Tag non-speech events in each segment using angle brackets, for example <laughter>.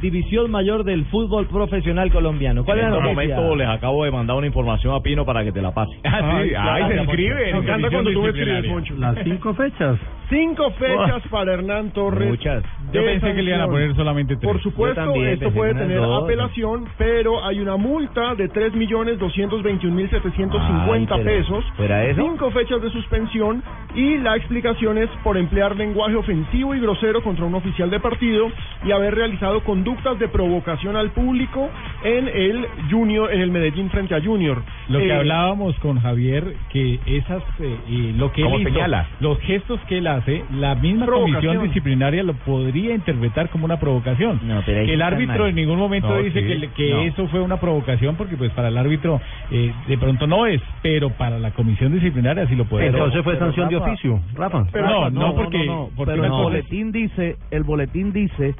División Mayor del Fútbol Profesional Colombiano. ¿Cuál es En la estos noticia? momentos les acabo de mandar una información a Pino para que te la pase. Ah, sí, ahí se inscribe. Me encanta cuando tú me escribes, Poncho. Las cinco fechas. Cinco fechas para Hernán Torres. Muchas. de Yo pensé que le iban a sanción. poner solamente tres. Por supuesto, Yo también esto pensé puede que eran tener dos. apelación, pero hay una multa de 3.221.750 Ay, pero, pesos, ¿fuera eso? cinco fechas de suspensión y la explicación es por emplear lenguaje ofensivo y grosero contra un oficial de partido y haber realizado conductas de provocación al público en el Junior, en el Medellín frente a Junior. Lo que Eh, hablábamos con Javier, que esas, eh, y lo que él ¿Cómo hizo, señala? los gestos que él hace, la misma Provocación. comisión disciplinaria lo podría interpretar como una provocación. No, pero ahí Que el está árbitro mal. en ningún momento No, dice sí, que, le- que no. eso fue una provocación, porque pues para el árbitro eh, de pronto no es, pero para la comisión disciplinaria sí lo puede. ser. Entonces fue Pues Pero sanción de Rafa, oficio, Rafa. Pero no, no, porque, porque Pero una el cosa es- boletín dice, el boletín dice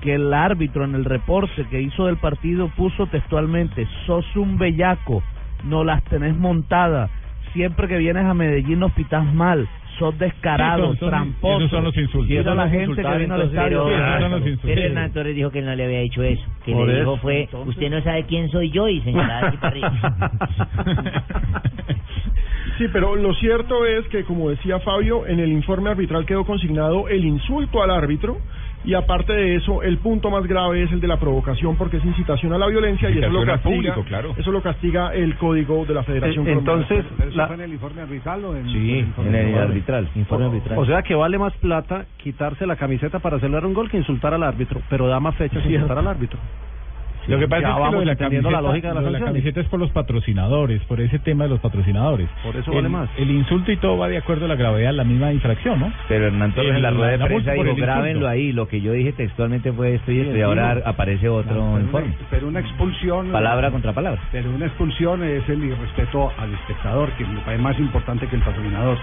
que el árbitro en el reporte que hizo del partido puso textualmente, sos un bellaco, no las tenés montada, siempre que vienes a Medellín nos pitas mal, sos descarado, Sí, son- son- tramposo. esos son los insultos. Mira Esos la son gente insultos, que vino al entonces, estadio. sí, esos son los Pero insultos. Hernán Torres dijo que él no le había dicho eso. Que Por le eso. dijo fue, Entonces- usted no sabe quién soy yo y señalaba así para <laughs> arriba. Sí, pero lo cierto es que, como decía Fabio, en el informe arbitral quedó consignado el insulto al árbitro y aparte de eso, el punto más grave es el de la provocación porque es incitación a la violencia y eso lo Incitación al castiga, público, claro. eso lo castiga el código de la Federación Colombiana. Entonces, la- en el informe arbitral Sí, en el arbitral. Informe arbitral. sea que vale más plata quitarse la camiseta para celebrar un gol que insultar al árbitro, pero da más fechas insultar al árbitro. Lo que pasa Ya es que lo vamos de la entendiendo camiseta, la lógica de las lo de la sanciones. camiseta es por los patrocinadores, por ese tema de los patrocinadores. Por eso el, vale más. El insulto y todo va de acuerdo a la gravedad, la misma infracción, ¿no? Pero Hernán Torres en la El- rueda de la multa prensa por dijo, el insulto". grábenlo ahí. Lo que yo dije textualmente fue esto y esto. Y ahora aparece otro informe. pero una expulsión, Palabra contra palabra. pero una expulsión es el irrespeto al espectador, que es más importante que el patrocinador.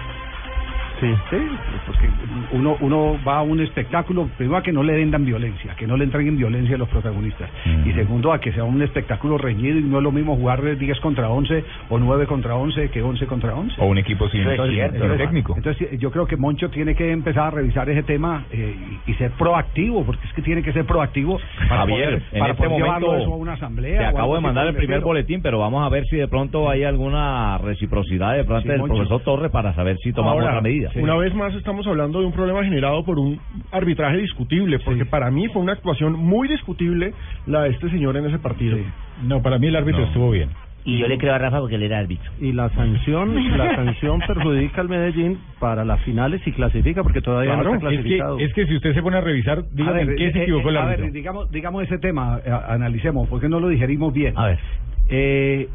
Sí. Sí, porque uno, uno va a un espectáculo, primero a que no le vendan violencia, que no le entreguen violencia a los protagonistas. Y segundo, a que sea un espectáculo reñido y no es lo mismo jugar de 10 contra 11 o 9 contra 11 que 11 contra 11. un equipo sin entonces, yo creo que Moncho tiene que empezar a revisar ese tema eh, y, y ser proactivo, porque es que tiene que ser proactivo para Javier, poder, en para este poder llevarlo momento eso a una asamblea. Te o acabo algo de así mandar por el primer estilo. boletín, pero vamos a ver si de pronto hay alguna reciprocidad de Sí, parte del Moncho. profesor Torres para saber si tomamos Ahora, otra medida. Una vez más estamos hablando de un problema generado por un arbitraje discutible, porque para mí fue una actuación muy discutible la de este señor en ese partido. No, para mí el árbitro No. estuvo bien. y yo le creo a Rafa porque él era árbitro. Y la sanción, la sanción perjudica al Medellín para las finales y clasifica porque todavía Claro, no está Es que, clasificado. es que si usted se pone a revisar, dígame en qué se eh, equivocó el eh, a árbitro. ver, digamos, digamos ese tema, eh, analicemos, porque no lo digerimos bien. A ver. Eh,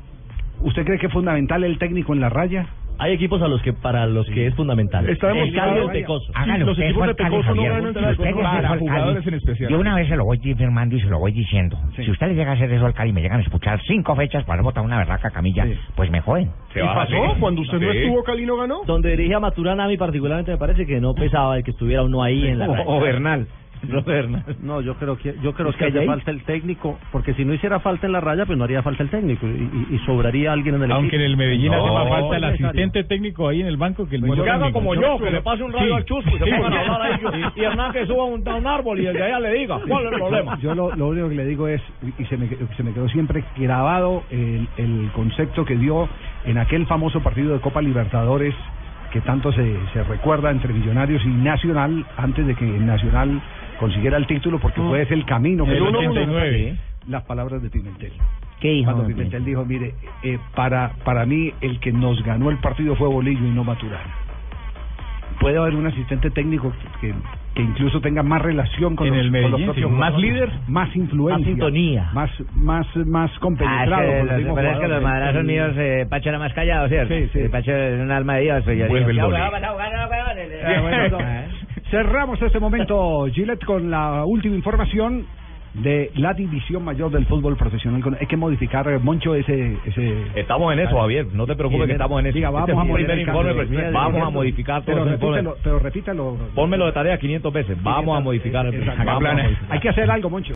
¿Usted cree que es fundamental el técnico en la raya? Hay equipos a los que para los que es fundamental. Está el demostrado. cambio de Pecoso. Hágalo, los equipos de Pecoso no ganan Si usted le llega al Cali, Yo una vez se lo voy firmando y se lo voy diciendo. Sí. Si usted le llega a hacer eso al Cali y me llegan a escuchar cinco fechas para botar una berraca camilla, Sí. pues me joden. ¿Y pasó? Cuando usted no estuvo, Cali no ganó. Donde dirige a Maturana, a mí particularmente me parece que no pesaba el que estuviera uno ahí en la. O, o Bernal. No, Bernal. No, yo creo que yo creo Es que que hace ahí- falta el técnico, porque si no hiciera falta en la raya, pues no haría falta el técnico y, y- y sobraría alguien en el Aunque en equipo. el Medellín No, hace más falta el necesario. asistente técnico ahí en el banco que el mismo técnico. pase un radio Sí. al Chusco y se Sí. pongan a hablar ahí, y, Hernán que suba un, árbol y desde allá le diga, ¿cuál es el problema? <laughs> Yo lo, lo único que le digo es, y se me, se me quedó siempre grabado el, el concepto que dio en aquel famoso partido de Copa Libertadores que tanto se, se recuerda entre Millonarios y Nacional antes de que Nacional consiguiera el título porque Mm. fue ese el camino. que El lo llevó 89. Las palabras de Pimentel. ¿Qué dijo? Cuando Pimentel dijo, mire, eh, para, para mí el que nos ganó el partido fue Bolillo y no Maturana. Puede haber un asistente técnico que, que incluso tenga más relación con, En los, el con los Medellín, propios sí. Más jugadores, líder. más influencia, Más sintonía. más más más Ah, es compenetrado. con que los los, mismos pero es que los jugadores. madrazos El- míos, eh, Pacho era más callado, ¿cierto? Sí, sí. Eh, Pacho era un alma de Dios. pues, yo Vuelve el digo, gol. "Ya, bueno, bueno, bueno, <laughs> bueno". ¿eh? Ah, bueno, no. Cerramos este momento, Gillette, con la última información. de la división mayor del fútbol profesional. Hay que modificar, eh, Moncho, ese... ese Estamos en eso, Javier. No te preocupes que estamos en eso. Diga, vamos Este es a mi modificar primer el informe, cambio. pero vamos a modificar todo pero ese informe. repítelo, pero repítalo. Pónmelo de tarea 500 veces. Vamos a modificar el Exacto. vamos a modificar. Hay que hacer algo, Moncho.